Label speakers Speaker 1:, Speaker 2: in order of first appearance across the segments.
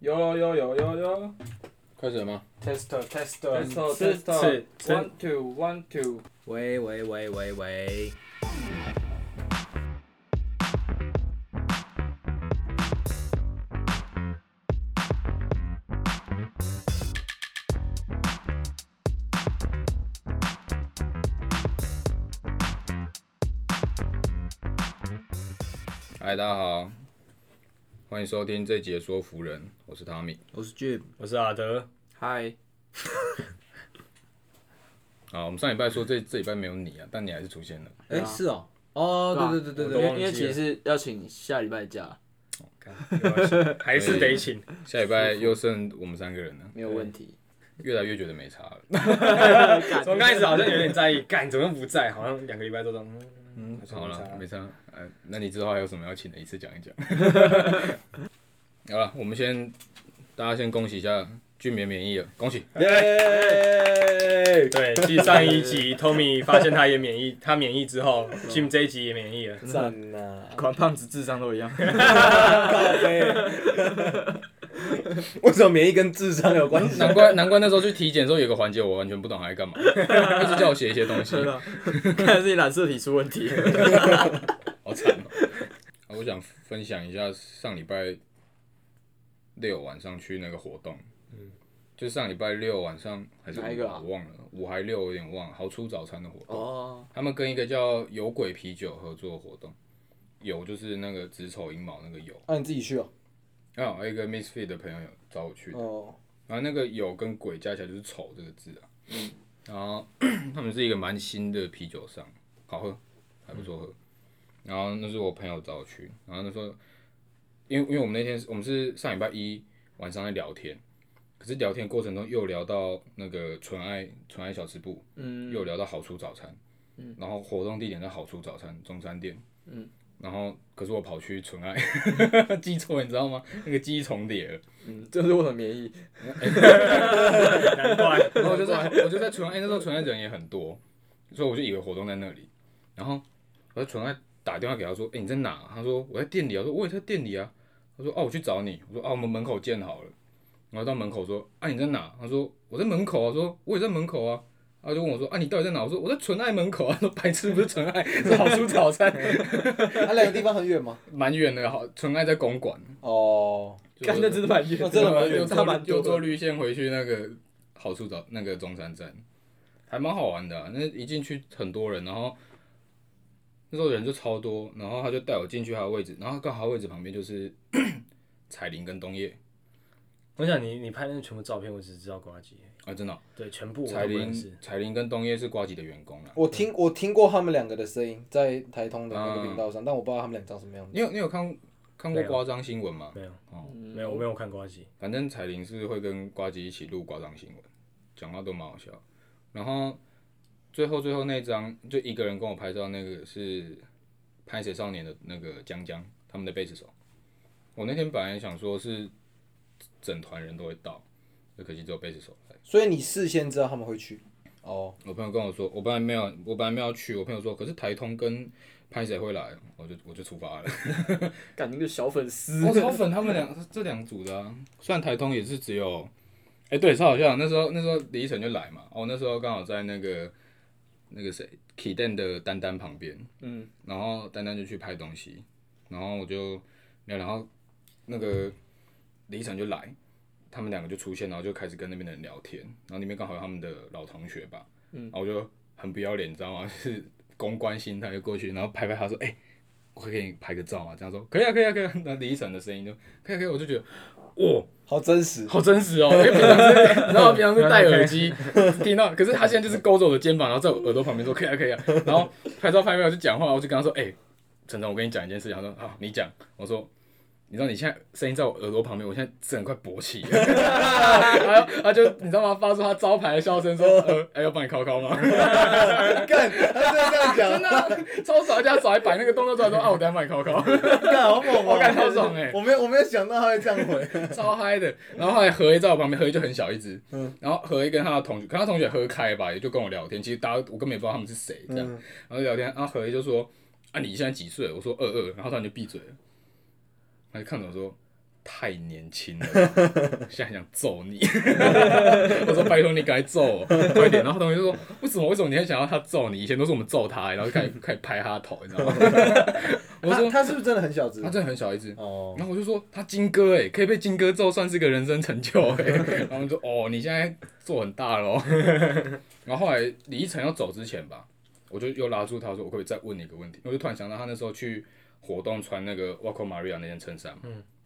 Speaker 1: 有有有有有
Speaker 2: 开始了吗？
Speaker 3: tester tester
Speaker 1: ，test
Speaker 4: 吃
Speaker 1: test
Speaker 4: 吃吃
Speaker 1: one two one two，
Speaker 4: 喂喂喂喂喂，
Speaker 2: 嗨，大家好，欢迎收听这集的说服人，我是汤米。
Speaker 4: 我是 Jim，
Speaker 3: 我是阿德，
Speaker 1: 嗨，
Speaker 2: 啊，我们上礼拜说这这礼拜没有你啊，但你还是出现了。
Speaker 4: 哎、
Speaker 1: 对啊
Speaker 4: 是哦，哦，对对对
Speaker 3: 我
Speaker 1: 因
Speaker 3: 都
Speaker 4: 对对，
Speaker 1: 为
Speaker 3: 忘
Speaker 1: 因为
Speaker 3: 记
Speaker 1: 其
Speaker 3: 了
Speaker 1: 实是要请下礼拜假，
Speaker 3: 还是得请。
Speaker 2: 下礼拜又剩我们三个人了，
Speaker 1: 没有问题。
Speaker 2: 越来越觉得没差了。
Speaker 3: 从开始好像有点在意， 干怎么不在？好像两个礼拜都这样。嗯，还 是
Speaker 2: 好
Speaker 3: 没差
Speaker 2: 了，没差。呃，那你之后还有什么要请的，一次讲一讲。好了，我们先，大家先恭喜一下俊棉免疫了，恭喜！
Speaker 4: 耶，
Speaker 3: 哎对，继上一集 Tommy 发现他也免疫， 他免疫之后，Jim 这一集也免疫了。
Speaker 4: 赞呐，
Speaker 1: 管胖子智商都一样，
Speaker 4: 为什么免疫跟智商有关系？
Speaker 2: 难怪难怪那时候去体检的时候有个环节我完全不懂他在干嘛，一直叫我写一些东西，
Speaker 1: 看来是你染色体出问题。
Speaker 2: 好惨哦、啊我想分享一下上礼拜六晚上去那个活动，就上礼拜六晚上还是
Speaker 1: 哪一个啊
Speaker 2: 五我忘了，五还六我有点忘了，好出早餐的活动，
Speaker 1: 哦，
Speaker 2: 他们跟一个叫有鬼啤酒合作的活动，有就是那个子丑寅卯那个有，
Speaker 4: 啊，你自己去哦。
Speaker 2: 啊，还有一个 Misfit 的朋友有找我
Speaker 1: 嗯
Speaker 2: 去的，
Speaker 4: 哦，
Speaker 2: 然后那个有跟鬼加起来就是丑这个字啊。然后嗯他们是一个蛮新的啤酒商，好喝，还不错喝。然后那是我朋友找我去，然后他说，因为因为我们那天是我们是上礼拜一晚上在聊天，可是聊天过程中又聊到那个纯爱纯爱小吃部，
Speaker 1: 嗯，
Speaker 2: 又聊到好出早餐，嗯，然后活动地点在好出早餐中餐店，嗯，然后可是我跑去纯爱， 记错你知道吗？那个记忆重叠了。
Speaker 1: 嗯，这是我的免疫。
Speaker 3: 难怪，
Speaker 2: 然后我就在我就在纯爱、那时候纯爱人也很多，所以我就以为活动在那里。然后我在纯爱打电话给他说：“哎、你在哪？”他说：“我在店里啊。”我说：“我也在店里啊。”他说：“哦、我去找你。”我说：“哦、我们门口见好了。”然后到门口说：“啊，你在哪？”他说：“我在门口啊。”我说：“我也在门口啊。”他就问我说：“啊，你到底在哪？”我说：“我在纯爱门口啊。”他说：“白痴，不是纯爱，是好出早餐，
Speaker 4: 啊，两个地方很 远吗？
Speaker 2: 蛮远的。好，纯爱在公馆，
Speaker 4: 哦，
Speaker 2: 就
Speaker 1: 干，那真的蛮远
Speaker 2: 哦
Speaker 4: 那，真的蛮
Speaker 2: 又
Speaker 4: 远
Speaker 1: 差蛮
Speaker 2: 坐又
Speaker 1: 多
Speaker 2: 坐
Speaker 1: 的。
Speaker 2: 绿线回去那个好处找那个中山站，还蛮好玩的啊、那一进去很多人，然后那时候人就超多，然后他就带我进去他的位置，然后刚好他位置旁边就是 彩铃跟冬叶
Speaker 3: 我想你你拍那全部照片，我只知道瓜吉，
Speaker 2: 啊，真的哦、
Speaker 3: 对，全部我
Speaker 2: 彩
Speaker 3: 都不认
Speaker 2: 铃
Speaker 3: 识。
Speaker 2: 彩铃跟冬叶是瓜吉的员工啦。
Speaker 4: 我听我听过他们两个的声音，在台通的那个频道上，但我不知道他们俩长什么样子。
Speaker 2: 你有你有看看过
Speaker 3: 没有
Speaker 2: 瓜张新闻吗？
Speaker 3: 没有，
Speaker 2: 哦，
Speaker 3: 没有，我没有看瓜 吉。
Speaker 2: 反正彩铃是会跟瓜吉一起录瓜张新闻，讲话都蛮好笑。然后最后最后那张就一个人跟我拍照，那个是拍谁少年的那个江江，他们的贝斯手。我那天本来想说是整团人都会到，可惜只有贝斯手来。
Speaker 4: 所以你事先知道他们会去。哦，
Speaker 2: 我朋友跟我说，我本来没有，我本来没有去。我朋友说，可是台通跟拍谁会来，我就我就出发了。
Speaker 1: 感觉个小粉丝，
Speaker 2: 我超粉他们两 这两组的、啊，虽然台通也是只有，哎、对，超好笑。那时候那时候李依晨就来嘛，哦，那时候刚好在那个那个谁 k e d a n 的丹丹旁边，
Speaker 1: 嗯，
Speaker 2: 然后丹丹就去拍东西，然后我就聊，然后那个李依晨就来，他们两个就出现，然后就开始跟那边的人聊天，然后里面刚好有他们的老同学吧，嗯，然后我就很不要脸，你知道吗？ 就是公关心态就过去，然后拍拍他说，哎、我可以给你拍个照吗？这样说可以啊，可以啊，可以 啊。那李依晨的声音就可以、啊，可以啊，我就觉得哇，
Speaker 4: 好真 实。
Speaker 2: 好真实哦。 因为平常是，你知道，平常是啊戴耳机听到，可是他现在就是哎勾着我的肩膀，然后在我耳朵旁边说可以啊，可以啊。然后拍照拍拍，我就讲话，我就跟他说，哎、晨晨，我跟你讲一件事情。他说好，你讲。我说。你知道你现在声音在我耳朵旁边，我现在整快勃起 了， 然后他就你知道吗？发出他招牌的笑声，说：“呃，哎，要帮你敲敲吗？”
Speaker 4: 哎干，他真的这
Speaker 2: 真
Speaker 4: 样讲，
Speaker 2: 的啊，超爽！叫他手还摆那个动作出来，说：“啊，我等下帮你敲敲。”
Speaker 4: 干好猛哦！
Speaker 2: 我感超爽哎
Speaker 4: 我没有我没有想到他会这样回。
Speaker 2: 超嗨的。然后后来何一在我旁边，何一就很小一只，
Speaker 4: 嗯
Speaker 2: 然后何一跟他的同学，可他同学喝开吧，也就跟我聊天。其实大家我根本也不知道他们是谁，这样，
Speaker 4: 嗯
Speaker 2: 然后聊天，然后何一就说：“啊，你现在几岁？”我说：“二二。”然后他就闭嘴了，他就看着我说：“太年轻了，现在想揍你。 我说拜托你赶快揍我，快点。然后同学就说为什么为什么你还想要他揍你？以前都是我们揍他、然后就开始开始拍他的头，你知道吗？ 我
Speaker 4: 他
Speaker 2: 说
Speaker 4: 他是不是真的很小只
Speaker 2: 他？真的很小一只，
Speaker 4: 哦，
Speaker 2: 然后我就说他金哥哎，可以被金哥揍，算是个人生成就哎。然后我就哦，你现在做很大喽。然后后来李依晨要走之前吧，我就又拉住他说，我可不可以再问你一个问题？我就突然想到他那时候去活动穿那个 Waco Maria 那件衬衫，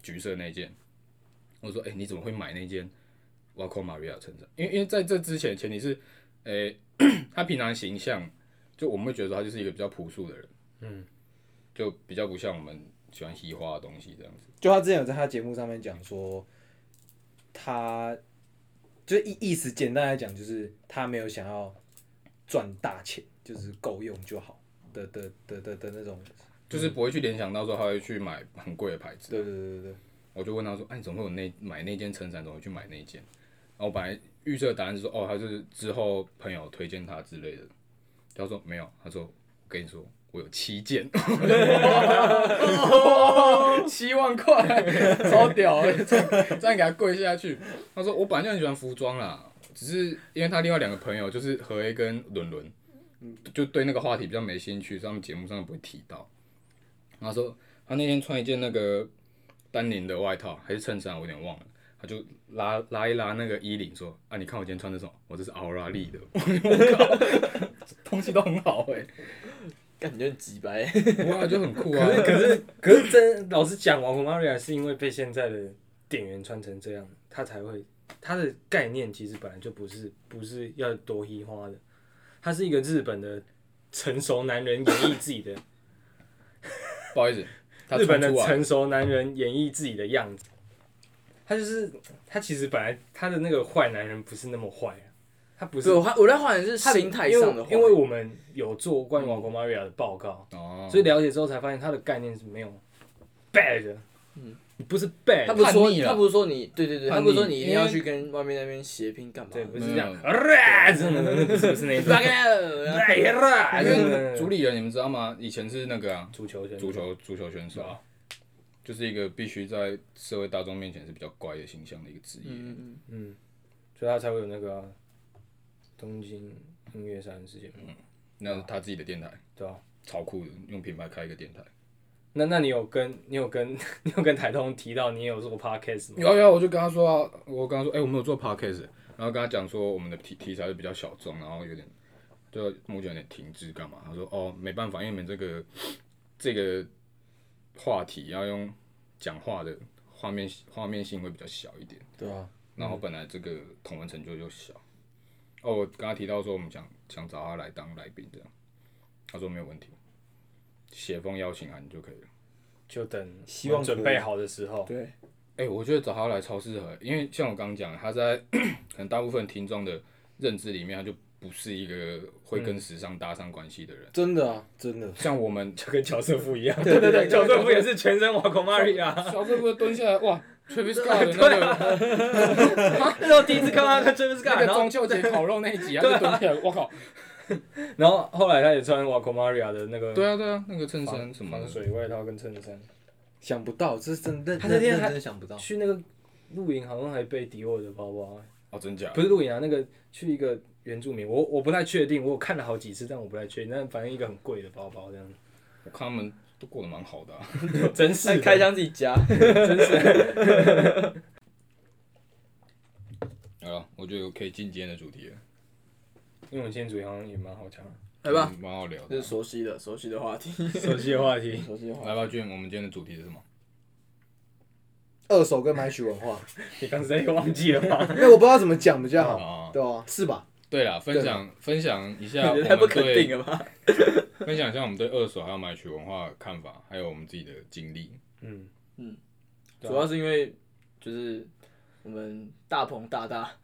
Speaker 2: 橘色那件。我说哎、你怎么会买那件 Waco Maria 衬衫？因为因为在这之前前提是，哎、 他平常形象就我们会觉得说他就是一个比较朴素的人，嗯，就比较不像我们喜欢嘻哈的东西这样子。
Speaker 4: 就他之前有在他节目上面讲说，他就意意思简单来讲就是他没有想要赚大钱，就是够用就好的的的的的那种。
Speaker 2: 就是不会去联想到说他会去买很贵的牌子。
Speaker 4: 对对对对对，
Speaker 2: 我就问他说：“哎、你怎么会有那买那件衬衫？怎么会去买那件？”然后我本来预设答案是说：“哦，他就是之后朋友推荐他之类的。”他说：“没有。”他说：“我跟你说，我有七件，七万块，超屌的，这样这样给他跪下去。”他说：“我本来就很喜欢服装啦，只是因为他另外两个朋友就是何 A 跟伦伦，就对那个话题比较没兴趣，所以他们节目上不会提到。”然后他说他那天穿一件那个丹宁的外套还是衬衫，我有点忘了。他就拉拉一拉那个衣领，说：“啊，你看我今天穿的什么？我这是奥拉利 的，我靠，东西都很好哎、
Speaker 1: 感觉很急白。
Speaker 2: 欸，哇，就很酷啊
Speaker 3: 可！是可是 可是真老实讲，网红 Maria 是因为被现在的店员穿成这样，他才会他的概念其实本来就不是不是要多黑花的，他是一个日本的成熟男人演绎自己的
Speaker 2: 不好意思，他
Speaker 3: 日本
Speaker 2: 穿
Speaker 3: 的
Speaker 2: 出来，
Speaker 3: 成熟男人演绎自己的样子。他就是他其实本来他的那个坏男人不是那么坏啊，他不是
Speaker 1: 对，我还我在换的是
Speaker 3: 他的
Speaker 1: 心态上的话，
Speaker 3: 因为因为我们有做关于网红 Maria 的报告。
Speaker 2: 哦，
Speaker 3: 所以了解之后才发现他的概念是没有 bad 的，嗯，不是 bad，
Speaker 1: 他不是
Speaker 2: 叛逆
Speaker 1: 说
Speaker 2: 了
Speaker 1: 他不是说你对对对，他
Speaker 2: 叛逆
Speaker 1: 不是说你一定要
Speaker 2: 因为
Speaker 1: 去跟外面那边协拼干嘛的？
Speaker 3: 对，不是
Speaker 2: 没有
Speaker 3: 这样，啊真的真的不是不是那一种，
Speaker 1: 对，
Speaker 3: 哎呀，
Speaker 2: 因
Speaker 3: 真
Speaker 2: 为
Speaker 3: 的
Speaker 2: 主理人你们知道吗？以前是那个啊，
Speaker 3: 足球圈，
Speaker 2: 足球足球选手啊，就是一个必须在社会大众面前是比较乖的形象的一个职业。
Speaker 1: 嗯嗯
Speaker 3: 嗯，所以他才会有那个啊、东京音乐山事件，
Speaker 2: 那他自己的电台
Speaker 3: 对吧、
Speaker 2: 超酷的，用品牌开一个电台。
Speaker 3: 那那你有跟你有跟你有跟台通提到你也有做 podcast 吗？
Speaker 2: 有有，我就跟他说啊，我跟他说，哎、我们有做 podcast，然后跟他讲说我们的题题材是比较小众，然后有点就目前有点停滞，干嘛？他说哦，没办法，因为你们这个这个话题要用讲话的画面画面性会比较小一点，
Speaker 4: 对啊，
Speaker 2: 然后本来这个同文成就就小。哦，我跟他提到说我们想想找他来当来宾这样，他说没有问题，写封邀请函就可以了。
Speaker 3: 就等
Speaker 4: 希望可以
Speaker 3: 准备好的时候，
Speaker 4: 对，
Speaker 2: 哎、我觉得找他来超适合，因为像我刚刚讲的，他在 可能大部分听众的认知里面，他就不是一个会跟时尚搭上关系的人。
Speaker 4: 真的啊，真的。
Speaker 2: 像我们
Speaker 3: 就跟乔瑟夫一样，对对对，乔瑟夫也是全身瓦孔 Maria。
Speaker 2: 小时候蹲下来，哇，Travis Scott 的那个
Speaker 3: 那时候第一次看到他
Speaker 2: 那
Speaker 3: Travis Scott，
Speaker 2: 个
Speaker 3: 然后
Speaker 2: 中秋节烤肉那一集，他啊就蹲下来，我靠！
Speaker 3: 然后后来他也穿瓦孔 Maria 的那个
Speaker 2: 对啊对啊，那个衬衫
Speaker 3: 防
Speaker 2: 什么
Speaker 3: 防
Speaker 2: 的，
Speaker 3: 水外套跟衬衫。
Speaker 4: 想不到，这是真的，
Speaker 3: 他那天
Speaker 4: 认
Speaker 3: 还
Speaker 4: 真想不到。
Speaker 3: 去那个露营好像还背迪奥的包包、欸
Speaker 2: 哦，真假？
Speaker 3: 不是露营啊，那个去一个原住民，我我不太确定，我有看了好几次，但我不太确定，但反正一个很贵的包包这样
Speaker 2: 我看他们都过得蛮好的、啊。
Speaker 3: 子，真是
Speaker 1: 嗯，
Speaker 3: 的
Speaker 1: 开箱自己加，
Speaker 2: 好了，我觉得可以进今天的主题了，
Speaker 3: 因为我们今天主题好像也蛮好讲的，
Speaker 1: 来吧
Speaker 2: 嗯，蛮好聊的
Speaker 1: 这是。熟悉的熟悉的话题，
Speaker 3: 熟悉的话题，
Speaker 1: 熟悉的话
Speaker 2: 来吧，俊，我们今天的主题是什么？
Speaker 4: 二手跟买取文 化，
Speaker 3: 你刚才又忘记了吗？
Speaker 4: 因为我不知道怎么讲比较好，
Speaker 2: 啊，
Speaker 4: 对啊，是吧？
Speaker 2: 对了，分享分享 一下我
Speaker 1: 题，
Speaker 2: 们
Speaker 1: 太不肯
Speaker 2: 对
Speaker 1: 定了吧？
Speaker 2: 分享一下我们对二手还有买取文化的看法，还有我们自己的经历。
Speaker 3: 嗯
Speaker 1: 嗯，
Speaker 3: 对啊
Speaker 1: 主要是因为就是我们大鹏大大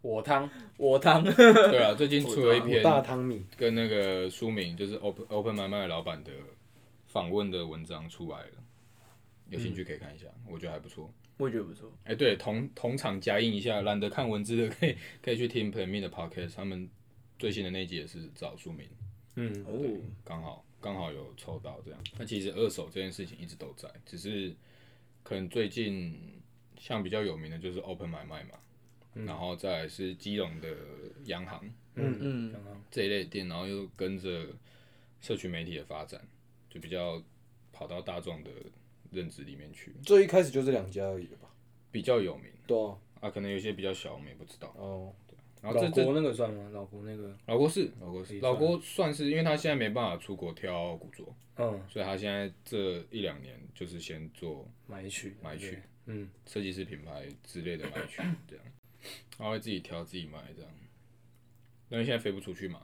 Speaker 3: 我汤
Speaker 1: 我当
Speaker 2: 对啊，最近出了一
Speaker 4: 我
Speaker 2: 篇
Speaker 4: 大汤米，
Speaker 2: 跟那个书名就是 Open Open 买卖的老板的访问的文章出来了，有兴
Speaker 4: 嗯
Speaker 2: 趣可以看一下，我觉得还不错。
Speaker 1: 我也觉得不错，
Speaker 2: 哎、对，同同场加映一下，懒得看文字的可以可以去听 Play Me 的 Podcast，他们最新的那一集也是找书名，
Speaker 3: 嗯，
Speaker 1: 哦，
Speaker 2: 对，刚好刚好有抽到这样。那其实二手这件事情一直都在，只是可能最近像比较有名的就是 Open 买卖嘛，然后再来是基隆的央行
Speaker 3: 嗯，
Speaker 1: 嗯，
Speaker 2: 这一类的店，然后又跟着社群媒体的发展，就比较跑到大众的认知里面去，
Speaker 4: 最一开始就这两家而已了吧？
Speaker 2: 比较有名
Speaker 4: 对啊，
Speaker 2: 啊，可能有些比较小，我们也不知道。
Speaker 4: 哦，
Speaker 2: 然后
Speaker 3: 老
Speaker 2: 这这
Speaker 3: 国那个算吗？老国那个，
Speaker 2: 老郭是老郭
Speaker 3: 可
Speaker 2: 是
Speaker 3: 以
Speaker 2: 老郭算是，因为他现在没办法出国挑古着，
Speaker 3: 嗯，
Speaker 2: 所以他现在这一两年就是先做
Speaker 3: 买曲，
Speaker 2: 买曲，
Speaker 3: 嗯，
Speaker 2: 设计师品牌之类的买曲这样，他会自己挑自己买这样，因为现在飞不出去嘛，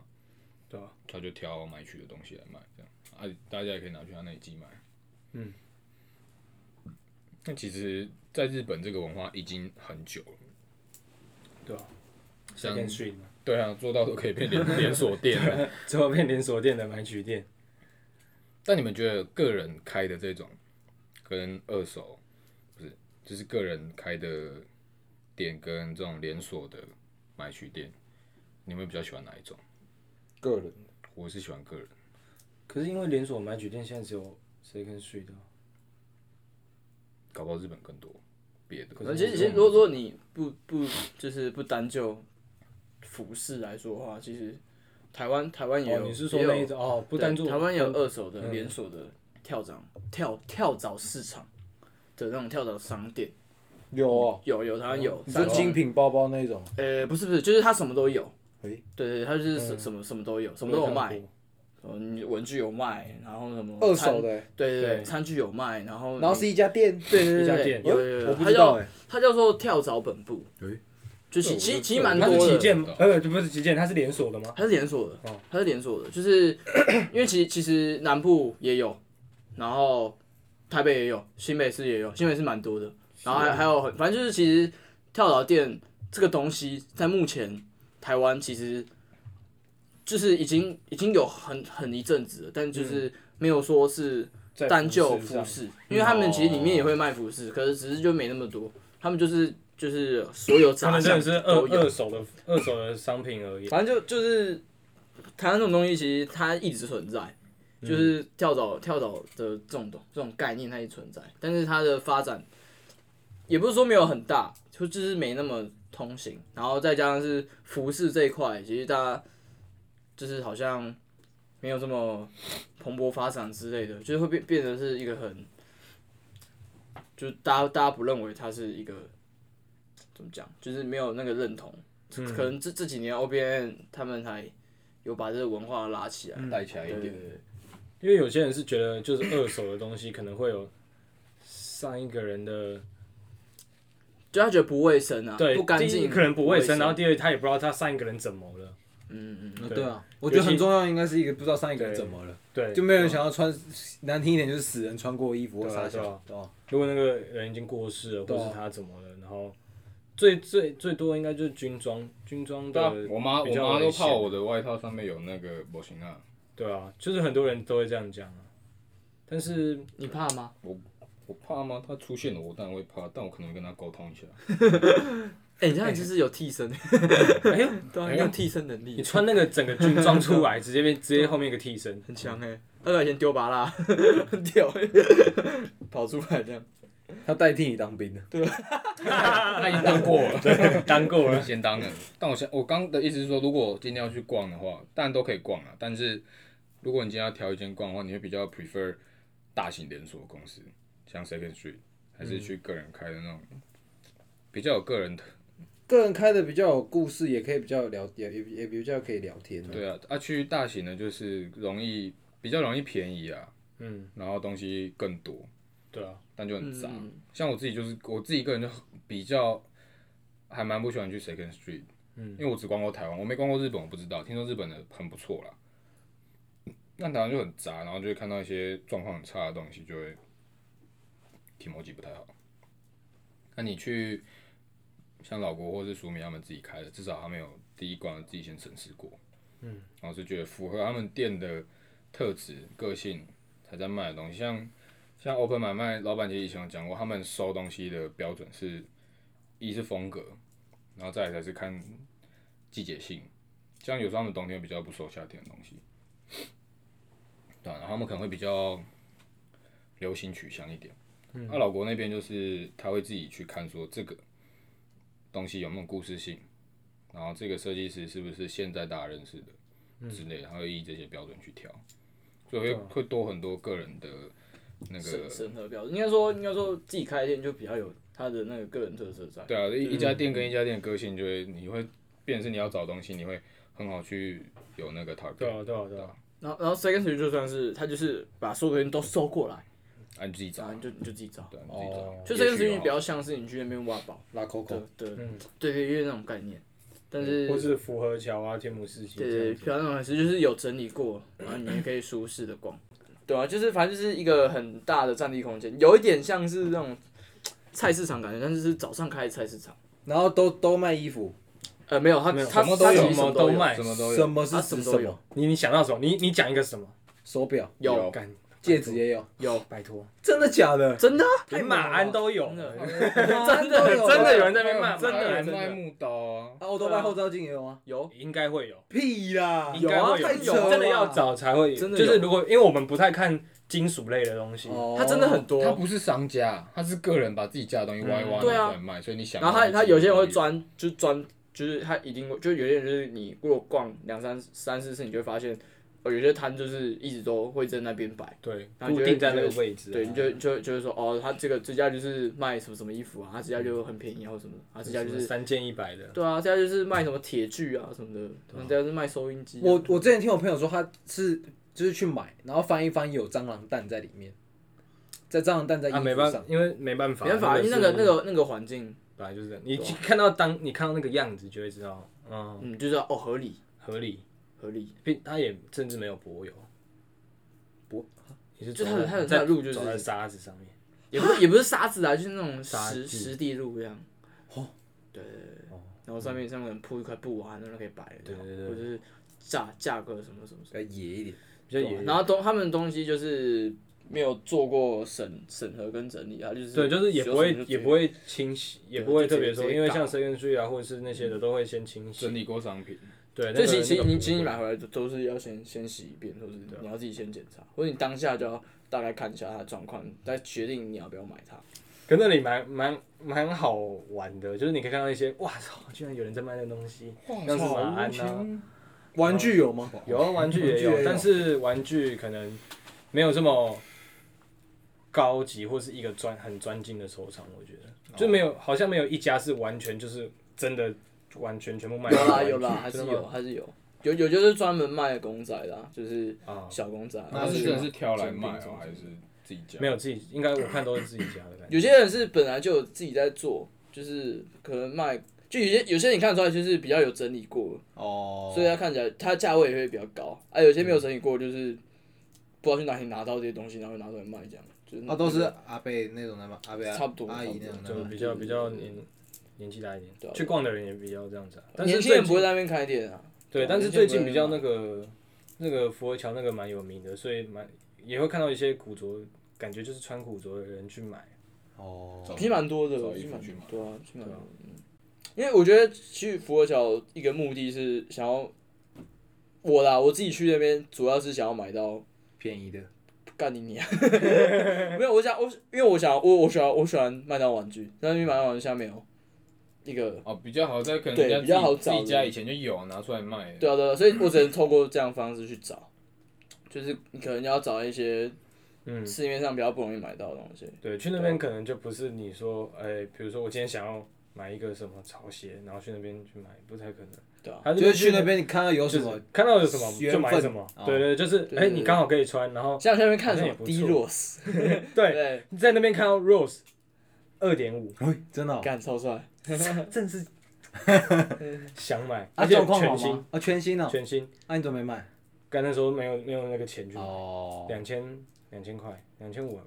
Speaker 3: 对啊，
Speaker 2: 他就挑买曲的东西来卖这样，啊，大家也可以拿去他那里寄卖，
Speaker 3: 嗯，
Speaker 2: 那其实在日本这个文化已经很久了，
Speaker 3: 对啊
Speaker 2: 像
Speaker 3: ，Second Street 嘛，
Speaker 2: 对啊，做到都可以变连连锁店了，
Speaker 3: 最后变连锁店的买曲店，
Speaker 2: 但你们觉得个人开的这种跟二手不是，就是个人开的店跟这种连锁的买取店，你们比较喜欢哪一种？
Speaker 4: 个人
Speaker 2: 我是喜欢个人，
Speaker 3: 可是因为连锁买曲店现在只有 Second Street 的啊，
Speaker 2: 搞不好日本更多别的。
Speaker 1: 可是其实其实如果说你不不就是不单就服饰来说的话，其实台湾台湾也
Speaker 3: 哦
Speaker 1: 有，，
Speaker 3: 你是说
Speaker 1: 也有
Speaker 3: 那一种哦，不
Speaker 1: 对
Speaker 3: 单做
Speaker 1: 台湾也有二手
Speaker 3: 嗯
Speaker 1: 的连锁的跳蚤跳跳蚤市场的那种跳蚤商店，
Speaker 4: 有哦，
Speaker 1: 有有台湾有，
Speaker 4: 你说
Speaker 1: 台湾
Speaker 4: 精品包包那种，
Speaker 1: 呃不是不是，就是它什么都有，
Speaker 4: 诶，
Speaker 1: 对对，它就是什什么什么都有，什么都有卖，，嗯文具有卖，然后什么
Speaker 4: 二
Speaker 1: 餐
Speaker 4: 手的欸，
Speaker 1: 对对
Speaker 3: 对
Speaker 1: 对，餐具有卖，然后
Speaker 4: 然后是嗯一家店，嗯
Speaker 1: 对对
Speaker 3: 一家
Speaker 1: 对对
Speaker 3: 店，
Speaker 1: 有有
Speaker 4: 我
Speaker 1: 有，
Speaker 4: 不
Speaker 1: 它
Speaker 4: 知道
Speaker 1: 叫
Speaker 4: 哎，
Speaker 1: 它叫做跳蚤本部
Speaker 4: 诶，
Speaker 1: 就
Speaker 2: 这
Speaker 1: 其
Speaker 2: 我
Speaker 1: 其
Speaker 2: 就
Speaker 1: 其
Speaker 2: 这
Speaker 1: 实
Speaker 2: 我
Speaker 1: 蛮
Speaker 2: 就
Speaker 3: 它是
Speaker 1: 多
Speaker 3: 旗
Speaker 1: 的，哦
Speaker 3: 舰吗，呃，不是旗舰，它是连锁的吗？
Speaker 1: 它是连锁的
Speaker 3: 哦，
Speaker 1: 它是连锁的，就是 因为其其实南部也有，然后台北也有，新北市也有，新北市蛮多的，然
Speaker 3: 啊
Speaker 1: 后还还有很反正就是其实跳蚤店这个东西在目前台湾其实就是已经已经有很很一阵子了，但就是没有说是
Speaker 3: 嗯在
Speaker 1: 单就
Speaker 3: 服饰
Speaker 1: 服
Speaker 3: 上哦
Speaker 1: 饰，因为他们其实里面也会卖服饰，可是只是就没那么多，他们就是就是所有
Speaker 3: 他
Speaker 1: 杂
Speaker 3: 们真
Speaker 1: 项
Speaker 3: 的是二
Speaker 1: 都有。
Speaker 3: 二手的二手的商品而已。
Speaker 1: 反正就就是台湾这种东西，其实它一直存在，
Speaker 3: 嗯
Speaker 1: 就是跳蚤跳蚤的这种东这种概念它一直存在，但是它的发展也不是说没有很大，就就是没那么通行，然后再加上是服饰这一块，其实大家就是好像没有这么蓬勃发展之类的，就是会变变成是一个很，就是大家大家不认为它是一个怎么讲，就是没有那个认同。
Speaker 3: 嗯
Speaker 1: 可能这这几年 O B N 他们还有把这个文化拉起来，
Speaker 2: 带起来一
Speaker 1: 对对
Speaker 2: 点，啊
Speaker 1: 对，
Speaker 3: 因为有些人是觉得，就是二手的东西可能会有上一个人的
Speaker 1: 就他觉得不卫生啊，
Speaker 3: 对
Speaker 1: 不干
Speaker 3: 第一
Speaker 1: 净，
Speaker 3: 可能不卫
Speaker 1: 卫
Speaker 3: 生，然后第二他也不知道他上一个人怎么了，
Speaker 1: 嗯嗯嗯，
Speaker 4: 嗯
Speaker 3: 对
Speaker 4: 对啊，我觉得
Speaker 3: 尤其
Speaker 4: 很重要，应该是一个不知道上一个人怎么了，
Speaker 3: 对，
Speaker 4: 就没有人想要穿，难听一点就是死人穿过衣服或
Speaker 3: 对啊
Speaker 4: 啥
Speaker 3: 对
Speaker 4: 小
Speaker 3: 啊，
Speaker 4: 对吧？
Speaker 3: 如果那个人已经过世了，
Speaker 4: 对
Speaker 3: 或
Speaker 4: 啊
Speaker 3: 是他怎么了，然后最最最多应该就是军装，军装
Speaker 2: 对啊
Speaker 3: 的，
Speaker 2: 我妈我
Speaker 3: 比较
Speaker 2: 妈都
Speaker 3: 危险
Speaker 2: 怕我的外套上面有那个模型啊，
Speaker 3: 对啊，就是很多人都会这样讲啊。但是
Speaker 1: 你怕吗？
Speaker 2: 我怕吗？她出现了，我当然会怕，但我可能会跟她沟通一下。
Speaker 1: 哎，你这样就是有替身，
Speaker 3: 哎呦，
Speaker 1: 对啊，
Speaker 2: 哎呦
Speaker 1: 你有替身能
Speaker 3: 你
Speaker 1: 力，
Speaker 3: 穿那个整个军装出来，直 接变直接后面一个替身，
Speaker 1: 很强哎，他把以前丢拔 啦，很屌欸，跑出来这样，
Speaker 4: 他代替你当兵的，
Speaker 2: 她已经当过了。
Speaker 3: 当过了，
Speaker 2: 先当了。但我现我刚的意思是说，如果今天要去逛的话，当然都可以逛啊。但是如果你今天要挑一间逛的话，你会比较 prefer 大型连锁公司，像 Second Street，还是去个人开的那种、比较有个人特？
Speaker 4: 个人开的比较有故事，也可以比较有聊，也也也比较可以聊天啊。
Speaker 2: 对啊，啊去大型的就是容易比较容易便宜啊，
Speaker 3: 嗯，
Speaker 2: 然后东西更多，
Speaker 3: 对啊，
Speaker 2: 但就很杂。
Speaker 1: 嗯嗯
Speaker 2: 像我自己就是我自己个人就比较还蛮不喜欢去 Second Street，
Speaker 3: 嗯
Speaker 2: 因为我只逛过台湾，我没逛过日本，我不知道。听说日本的很不错啦，那台湾就很杂，然后就会看到一些状况很差的东西，就会体模级不太好。那你去像老国或是苏米他们自己开的，至少他们有第一关自己先审视过，嗯，然后是觉得符合他们店的特质、个性才在卖的东西，像。像 Open 买卖老板其实以前有讲过，他们收东西的标准是，一是风格，然后再来才是看季节性。像有时候他们冬天比较不收夏天的东西，对啊、然后他们可能会比较流行取向一点，那、老国那边就是他会自己去看说这个东西有没有故事性，然后这个设计师是不是现在大家认识的之类的，他会依这些标准去挑，所以会、会多很多个人的那
Speaker 1: 审
Speaker 2: 个。
Speaker 1: 审核标准，应该说应该说自己开店就比较有他的那个个人特色在。
Speaker 2: 对啊，一一家店跟一家店的个性就会，你会变成是你要找东西，你会很好去有那个 target。
Speaker 3: 对啊，对啊，对啊，
Speaker 1: 然后然后 second street 就算是他就是把所有东西都收过来，
Speaker 2: 啊，你自己找
Speaker 1: 然
Speaker 2: 啊，
Speaker 1: 后你就你就自己找。
Speaker 2: 对啊，你自己找
Speaker 3: 哦。
Speaker 1: 就
Speaker 2: 也
Speaker 1: second
Speaker 2: 许
Speaker 1: street
Speaker 2: 哦
Speaker 1: 比较像是你去那边挖宝
Speaker 4: 拉 Coco，
Speaker 1: 的的
Speaker 3: 嗯，
Speaker 1: 对对，因为那种概念，但是
Speaker 3: 或是符合桥啊、天母市集
Speaker 1: 对
Speaker 3: 这
Speaker 1: 对，
Speaker 3: 样子，
Speaker 1: 漂亮还是就是有整理过，然后你也可以舒适的逛。对啊，就是反正就是一个很大的占地空间，有一点像是那种菜市场感觉，但是是早上开的菜市场。
Speaker 4: 然后都都卖衣服，
Speaker 1: 呃，没有，他
Speaker 3: 没有
Speaker 1: 他
Speaker 2: 什么
Speaker 1: 他
Speaker 2: 都
Speaker 1: 其
Speaker 2: 有
Speaker 1: 实什么
Speaker 3: 都
Speaker 1: 有，
Speaker 3: 卖
Speaker 2: 哦什么都
Speaker 4: 什
Speaker 2: 有，
Speaker 4: 么是
Speaker 1: 他什
Speaker 4: 指
Speaker 1: 么
Speaker 4: 什
Speaker 1: 都
Speaker 4: 么
Speaker 1: 有？
Speaker 3: 你你想到什么？你你讲一个什么？
Speaker 4: 手表、
Speaker 1: 有
Speaker 3: 干
Speaker 4: 戒指，也有，
Speaker 1: 有，
Speaker 3: 拜托，
Speaker 4: 真的假的？
Speaker 1: 真的啊
Speaker 3: 连马鞍都有
Speaker 1: 真，的哦
Speaker 4: 真
Speaker 1: 的
Speaker 3: 真的有人
Speaker 2: 在
Speaker 3: 在那边骂，
Speaker 2: 真
Speaker 3: 马
Speaker 2: 的
Speaker 3: 鞍
Speaker 2: 有卖木刀啊，
Speaker 4: 啊，欧都拜后照镜也有啊？
Speaker 1: 有，
Speaker 3: 应该会有，
Speaker 4: 屁啦！
Speaker 3: 应该会
Speaker 1: 有啊太
Speaker 4: 扯了吧
Speaker 3: 真的要找才会有，
Speaker 1: 真的
Speaker 3: 就
Speaker 1: 有
Speaker 3: 是如果因为我们不太看金属类的东西，
Speaker 4: 哦
Speaker 1: 他真的很
Speaker 2: 他
Speaker 1: 多。
Speaker 2: 不是商家，他是个人把自己家的东西挖一挖
Speaker 3: 嗯
Speaker 2: 拿
Speaker 1: 对啊
Speaker 2: 出来卖，所以你想
Speaker 1: 然
Speaker 2: 要
Speaker 1: 后
Speaker 2: 自己的东
Speaker 1: 他
Speaker 2: 西，
Speaker 1: 他有些人会专，就是专，就是他一定会，就有些人就是你如果逛两三三四次，你就会发现，哦，有些摊就是一直都会在那边摆。
Speaker 3: 对，
Speaker 1: 然后
Speaker 3: 固
Speaker 1: 就会
Speaker 3: 定在那个位置啊，
Speaker 1: 对，你就就就是说，哦，他这个支架就是卖什么什么衣服啊，他支架就很便宜啊，或什么的，他支架就
Speaker 3: 什么
Speaker 1: 是，
Speaker 3: 三件一百的，
Speaker 1: 对啊，支架就是卖什么铁具啊什么的，人家是卖收音机啊、
Speaker 4: 我我之前听我朋友说，他是就是去买，然后翻一翻有蟑螂蛋在里面，在蟑螂蛋在衣
Speaker 3: 啊，没
Speaker 4: 服
Speaker 3: 办
Speaker 4: 上，
Speaker 3: 因为没办法，
Speaker 1: 没办法，因为那个
Speaker 3: 是
Speaker 1: 那个啊那个环境，
Speaker 3: 本来就是这样，你看到当你看到那个样子就会知道，嗯，
Speaker 1: 嗯，就是哦，合理
Speaker 3: 合理，
Speaker 1: 合理，
Speaker 3: 并他也甚至没有柏油，
Speaker 4: 柏
Speaker 3: 也是
Speaker 1: 啊就
Speaker 3: 走
Speaker 1: 它的它的
Speaker 3: 在
Speaker 1: 那路就是
Speaker 3: 走在沙子上面，
Speaker 1: 也不是也不是沙子啊，就是那种
Speaker 3: 沙
Speaker 1: 实
Speaker 3: 地
Speaker 1: 实地路这样。
Speaker 4: 哦，
Speaker 1: 对对对对，然后上面上面铺一块布啊，那那可以摆了这样，
Speaker 3: 哦对对对
Speaker 1: 或者是价价格什么什么什么
Speaker 4: 比较呃野一点。
Speaker 3: 比较
Speaker 1: 对啊
Speaker 3: 野，
Speaker 1: 然后东他们的东西就是没有做过审审核跟整理啊，就是
Speaker 3: 对，就是也不会
Speaker 1: 有什么就直接
Speaker 3: 也不会清洗，也
Speaker 1: 对
Speaker 3: 不会
Speaker 1: 就直
Speaker 3: 特
Speaker 1: 接
Speaker 3: 别说，
Speaker 1: 直接
Speaker 3: 因为
Speaker 1: 打嗯
Speaker 3: 像 second tree 啊或者是那些的都会先清洗
Speaker 2: 整，理过商品，
Speaker 3: 对，
Speaker 1: 就其
Speaker 3: 那个
Speaker 1: 其
Speaker 3: 那
Speaker 1: 实
Speaker 3: 个
Speaker 1: 你
Speaker 3: 不
Speaker 1: 其实你
Speaker 3: 会
Speaker 1: 买回来都都是要先先洗一遍，或者是
Speaker 3: 啊
Speaker 1: 你要自己先检查，或者你当下就要大概看一下它的状况，再决定你要不要买它。
Speaker 3: 可那里蛮蛮蛮好玩的，就是你可以看到一些，哇操，居然有人在卖那东西，像是马鞍啊，
Speaker 4: 玩具有吗？
Speaker 3: 有啊，玩具
Speaker 4: 玩
Speaker 3: 也
Speaker 4: 具 也
Speaker 3: 有，
Speaker 4: 有
Speaker 3: 但是玩具可能没有这么高级，或是一个专很专精的收藏，我觉
Speaker 1: 哦
Speaker 3: 得就没有，好像没有一家是完全就是真的完全全部卖
Speaker 1: 有啦
Speaker 3: 玩具
Speaker 1: 有啦，还是
Speaker 3: 真的
Speaker 1: 有
Speaker 3: 吗
Speaker 1: 还是有，有有就是专门卖公仔的啊，就是
Speaker 3: 啊，
Speaker 1: 小公仔啊。
Speaker 2: 那是
Speaker 1: 或者
Speaker 2: 真的是挑来卖
Speaker 3: 整理
Speaker 2: 哦，还是自己家？
Speaker 3: 没有自己，应该我看都是自己家的感觉，
Speaker 1: 啊有些人是本来就有自己在做，就是可能卖，就有些有些你看得出来就是比较有整理过，
Speaker 4: 哦
Speaker 1: 所以它看起来它价位也会比较高。啊，有些没有整理过，就是不知道去哪里拿到这些东西，然后拿出来卖这样。哦就是那
Speaker 4: 啊都是阿贝那种的吗？阿贝
Speaker 1: 差不多
Speaker 4: 阿姨那
Speaker 1: 差不
Speaker 3: 就
Speaker 4: 种的吗。
Speaker 3: 比较比较年年纪大一点，去逛的人也比较这样子啊，但是
Speaker 1: 年轻人
Speaker 3: 最
Speaker 1: 不会在那边开店啊。
Speaker 3: 对，
Speaker 1: 对
Speaker 3: 但是
Speaker 1: 那些
Speaker 3: 最
Speaker 1: 不
Speaker 3: 近
Speaker 1: 会
Speaker 3: 比较
Speaker 1: 买
Speaker 3: 那个那个佛桥那个蛮有名的，所以蛮也会看到一些古着，感觉就是穿古着的人去买。
Speaker 4: 哦，
Speaker 2: 走
Speaker 1: 其实蛮多的，
Speaker 2: 找
Speaker 1: 其
Speaker 2: 衣
Speaker 1: 实
Speaker 2: 服
Speaker 1: 蛮
Speaker 2: 去买
Speaker 1: 对啊，去买
Speaker 3: 对啊。
Speaker 1: 嗯，因为我觉得去福尔桥一个目的是想要我啦，我自己去那边主要是想要买到
Speaker 4: 便宜的。
Speaker 1: 干你娘！ 没有，我想我因为我想我我喜欢我喜欢麦当劳玩具，但是因为麦当劳玩具下面有一个
Speaker 2: 哦，比较好在可能
Speaker 1: 对比
Speaker 2: 人家
Speaker 1: 较
Speaker 2: 自己
Speaker 1: 好找
Speaker 2: 自己
Speaker 1: 的
Speaker 2: 家以前就有拿出来卖。
Speaker 1: 对啊对啊，所以我只能透过这样的方式去找，就是你可能要找一些
Speaker 3: 嗯，
Speaker 1: 市面上比较不容易买到的东西。
Speaker 3: 对，去那边可能就不是你说，哎、比如说我今天想要买一个什么潮鞋，然后去那边去买，不太可能。
Speaker 1: 对啊
Speaker 3: 他
Speaker 4: 就是去那边你看到有什
Speaker 3: 就是
Speaker 4: 么，
Speaker 3: 看到有什么
Speaker 4: 缘
Speaker 3: 就买
Speaker 4: 分
Speaker 3: 什么。
Speaker 4: 哦
Speaker 3: 对对，就是
Speaker 1: 对
Speaker 3: 哎、
Speaker 1: 对
Speaker 3: 你
Speaker 1: 对
Speaker 3: 刚好可以穿，然 后
Speaker 1: 像下面看什
Speaker 3: 好像也
Speaker 1: 么
Speaker 3: 不错
Speaker 1: D Rose，
Speaker 3: 对，
Speaker 1: 对，
Speaker 3: 你在那边看到 Rose 二点五，
Speaker 4: 哎，真的哦。
Speaker 1: 干超帅。
Speaker 3: 正是想买，
Speaker 4: 啊，
Speaker 3: 而且
Speaker 4: 状况好
Speaker 3: 全新
Speaker 4: 吗？啊，全新哦。
Speaker 3: 全新，
Speaker 4: 啊，你怎么没卖？
Speaker 3: 刚那时候没有没有那个钱去买。
Speaker 4: 哦，
Speaker 3: 两千两千块，两千五吧。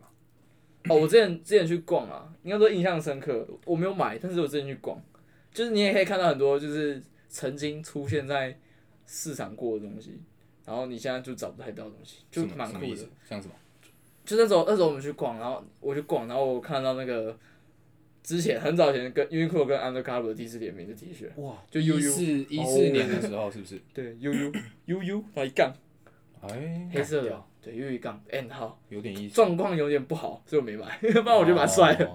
Speaker 1: 哦，我之前之前去逛啊，应该说印象深刻。我没有买，但是我之前去逛，就是你也可以看到很多就是曾经出现在市场过的东西，然后你现在就找不太到的东西，就
Speaker 2: 什么
Speaker 1: 蛮
Speaker 2: 什么
Speaker 1: 酷
Speaker 2: 意
Speaker 1: 的
Speaker 2: 思。？像什么？
Speaker 1: 就那时候那时候我们去逛，然后我去逛，然后我看到那个之前很早前跟 Uniqlo 跟 Undercover 第一次联名的 T 恤，
Speaker 4: 哇，
Speaker 1: 就 U
Speaker 2: 一
Speaker 1: U
Speaker 2: 四一四年的时候是不是？
Speaker 1: 对 U U U U 然后一杠
Speaker 2: 哎，
Speaker 1: 黑色的
Speaker 3: 掉，
Speaker 1: 对，粤语杠 N 号
Speaker 2: 有点意思。
Speaker 1: 状况有点不好，所以我没买， 不然我觉得蛮帅的。
Speaker 2: 哦。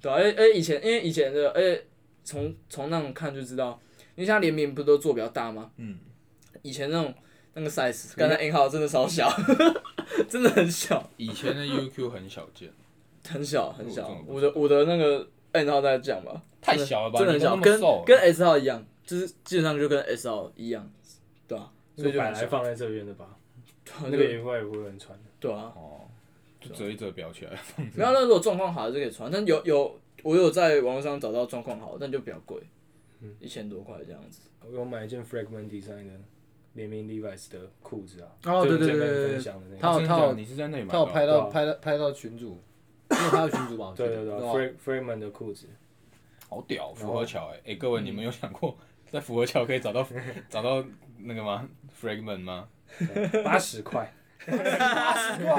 Speaker 1: 对、啊，而而以前因为以前的，而且从从那种看就知道，因为像联名不都做比较大吗？
Speaker 4: 嗯，
Speaker 1: 以前那种那个 size，刚才 N 号真的超小， 真的很小，
Speaker 2: 以前的 UQ 很少见，
Speaker 1: 很小很
Speaker 2: 我这
Speaker 1: 小
Speaker 4: 哦
Speaker 2: 种。不
Speaker 1: 我的我的那个 N 号大概这样吧，
Speaker 2: 太小了吧？
Speaker 1: 真的很
Speaker 2: 你
Speaker 1: 小，
Speaker 2: 们那么
Speaker 1: 跟
Speaker 4: 哦
Speaker 2: 瘦
Speaker 1: 跟 S 号一样，就是基本上就跟 S 号一样，对啊，所以
Speaker 3: 就
Speaker 1: 就
Speaker 3: 本
Speaker 1: 很
Speaker 3: 来
Speaker 1: 小
Speaker 3: 放在这边的 吧，
Speaker 1: 对
Speaker 3: 那个也不也不会有人穿的。
Speaker 1: 对啊，
Speaker 2: 哦，就折一折裱起来。
Speaker 4: 嗯
Speaker 1: 没有，那如果状况好的就可以穿，但有有我有在网络上找到状况好的，但就比较贵，
Speaker 3: 嗯
Speaker 1: 一千多块这样子。
Speaker 3: 我有买一件 Fragment Design 的联名 Levi's 的裤子啊，
Speaker 4: 哦
Speaker 3: 就是
Speaker 4: 对对
Speaker 3: 前面
Speaker 4: 对对
Speaker 3: 分
Speaker 4: 对
Speaker 3: 享的那个。
Speaker 4: 他有
Speaker 2: 真的假
Speaker 4: 他
Speaker 2: 的
Speaker 4: 有
Speaker 2: 你是在那里买
Speaker 4: 他有
Speaker 2: 到
Speaker 3: 对
Speaker 4: 拍到
Speaker 3: 啊
Speaker 4: 拍到拍到群主，你有拍到群主吧？我记
Speaker 3: 对
Speaker 4: 得
Speaker 3: 对对
Speaker 4: 对吧
Speaker 3: ，Frag Fragment 的裤子，
Speaker 2: 好屌，符合桥哎、欸！哎、各位，你们有想过 在符合桥可以找到 找到那个吗？Fragment 吗？
Speaker 3: 八十块。
Speaker 1: 啊，真的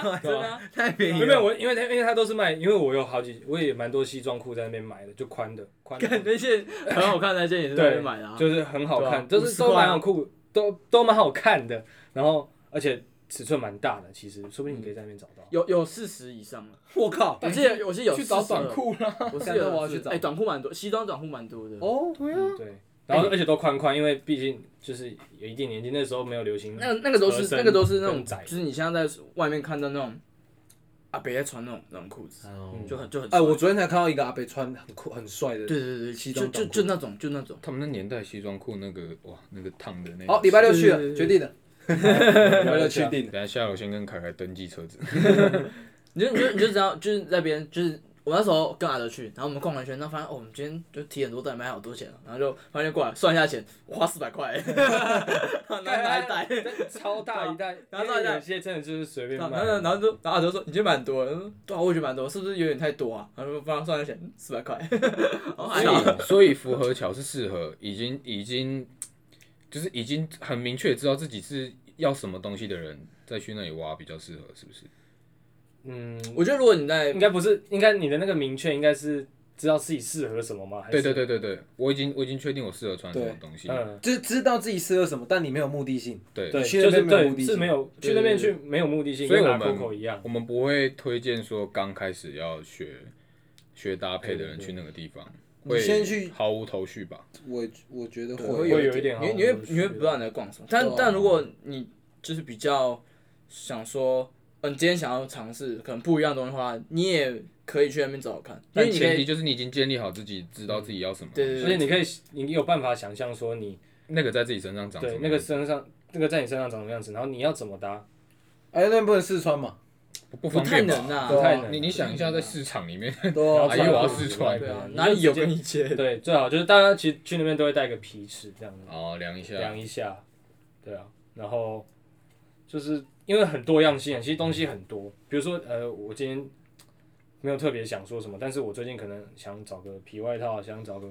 Speaker 1: 啊真的啊，
Speaker 4: 太 便
Speaker 3: 因
Speaker 4: 宜
Speaker 3: 为
Speaker 4: 哦了。
Speaker 3: 我因为他因为他都是卖，因为我有好几，我也蛮多西装裤在那边买的，就宽的宽的
Speaker 1: 看那件很好看，那件也是在那
Speaker 3: 对
Speaker 1: 边买的啊。
Speaker 3: 就是很好看，
Speaker 1: 对啊
Speaker 3: 就是
Speaker 1: 50
Speaker 3: 都
Speaker 1: 块啊
Speaker 3: 蛮好酷，都都蛮好看的。然后而且尺寸蛮大的，其实说不定你
Speaker 4: 嗯
Speaker 3: 可以在那边找到。
Speaker 1: 有有四十以上了，
Speaker 4: 我靠！
Speaker 1: 我记得我记得有
Speaker 2: 去找
Speaker 1: 42
Speaker 2: 短，裤啦！
Speaker 1: 我记
Speaker 4: 啊干那
Speaker 1: 得
Speaker 4: 我要去找
Speaker 1: 哎，短裤蛮多，西装短裤蛮多的。
Speaker 4: 哦，对啊，
Speaker 3: 对，然后而且都宽宽，因为毕竟就是有一定年纪，那时候没有流行。
Speaker 1: 那那个都
Speaker 3: 合
Speaker 1: 是
Speaker 3: 身
Speaker 1: 那个都是那
Speaker 3: 更
Speaker 1: 种，
Speaker 3: 窄
Speaker 1: 就是你现在在外面看到那种阿北在穿那种那种裤子，就很就很
Speaker 4: 哎，我
Speaker 1: 帅
Speaker 4: 昨天才看到一个阿北穿很酷很帅的，
Speaker 1: 对对对，
Speaker 4: 西
Speaker 1: 就
Speaker 4: 装
Speaker 1: 就
Speaker 4: 短裤
Speaker 1: 就那种就那种。
Speaker 2: 他们那年代西装裤那个哇，那个烫的那
Speaker 1: 哦
Speaker 4: 好，礼拜六去
Speaker 1: 对
Speaker 4: 了，
Speaker 1: 对对
Speaker 4: 决定了，礼拜六确定
Speaker 2: 等
Speaker 4: 了。
Speaker 2: 下下楼先跟凯凯登记车子。
Speaker 1: 你就你就你就知道，就是那边就是我那时候跟阿德去，然后我们逛了一圈，然后发现哦，我们今天就提很多袋，买好多钱了，然后就发现过来算一下钱，我花四百块， 拿拿一袋，
Speaker 3: 超大
Speaker 4: 啊
Speaker 3: 一袋，
Speaker 1: 然后大一袋
Speaker 3: 因为有些真的就是随便
Speaker 1: 然后
Speaker 3: 买。
Speaker 1: 然后然后就然后阿德说你今天蛮多的，我说对啊，我也觉得蛮多，是不是有点太多啊？然后就帮他算一下钱，四百块， 哦还好，
Speaker 2: 所以所以符合桥是适合，已经已经就是已经很明确知道自己是要什么东西的人，再去那里挖比较适合，是不是？
Speaker 3: 嗯，
Speaker 1: 我觉得如果你在
Speaker 3: 应该不是，应该你的那个明确应该是知道自己适合什么吗？还是
Speaker 2: 对对，对对对，我已经我已经确定我适合穿什么
Speaker 4: 对
Speaker 2: 东西。
Speaker 3: 嗯，
Speaker 4: 就是知道自己适合什么，但你没有目的性。
Speaker 2: 对，
Speaker 3: 对，
Speaker 4: 去
Speaker 3: 就
Speaker 4: 那
Speaker 3: 是
Speaker 4: 边没
Speaker 3: 对
Speaker 4: 有目的性
Speaker 3: 是没有去
Speaker 1: 对
Speaker 3: 那边
Speaker 1: 对
Speaker 3: 去没有目的性，
Speaker 2: 所以
Speaker 3: 跟
Speaker 2: 我
Speaker 3: 拿
Speaker 2: 们
Speaker 3: Coco 一样。
Speaker 2: 我们不会推荐说刚开始要学学搭配的人去那个地方，
Speaker 4: 你
Speaker 2: 会
Speaker 4: 先去
Speaker 2: 毫无头绪吧？
Speaker 4: 我我觉得
Speaker 1: 会
Speaker 4: 会
Speaker 3: 有
Speaker 4: 有
Speaker 3: 一
Speaker 4: 一
Speaker 3: 点
Speaker 1: 你
Speaker 3: 好
Speaker 1: 你会
Speaker 3: 像
Speaker 1: 你会
Speaker 3: 是
Speaker 1: 不知道你在逛什么，但
Speaker 4: 对啊
Speaker 1: 但如果你就是比较想说，嗯，你今天想要尝试可能不一样的东西的话，你也可以去那边找找看，因为
Speaker 2: 但
Speaker 1: 你可
Speaker 2: 前提
Speaker 1: 以
Speaker 2: 就是你已经建立好自己，知道自己要什么东
Speaker 1: 对对
Speaker 2: 西，
Speaker 3: 而且你可以，你有办法想象说你
Speaker 2: 那个在自己身上长什
Speaker 3: 对
Speaker 2: 么
Speaker 3: 那个
Speaker 2: 样子
Speaker 3: 身上那个在你身上长什么样子，然后你要怎么搭，
Speaker 4: 哎，那不能试穿嘛？
Speaker 2: 不不
Speaker 1: 不
Speaker 2: 方
Speaker 1: 太
Speaker 2: 便吧
Speaker 1: 能啊
Speaker 3: 不，太
Speaker 4: 对啊
Speaker 3: 能。
Speaker 2: 你你想一下，在市场里面，
Speaker 4: 对
Speaker 3: 然
Speaker 4: 啊
Speaker 3: 后
Speaker 2: 哎呦
Speaker 3: 穿
Speaker 2: 我要
Speaker 3: 裤子
Speaker 2: 试穿
Speaker 3: 之
Speaker 1: 对
Speaker 3: 外
Speaker 1: 啊
Speaker 3: 的，
Speaker 1: 哪里有跟你借？
Speaker 3: 对，最好就是大家其实去那边都会带个皮尺这样子
Speaker 2: 哦，量一下，
Speaker 3: 嗯量一下，对啊，然后就是因为很多样性，啊其实东西很多，比如说呃，我今天没有特别想说什么，但是我最近可能想找个皮外套，啊想找个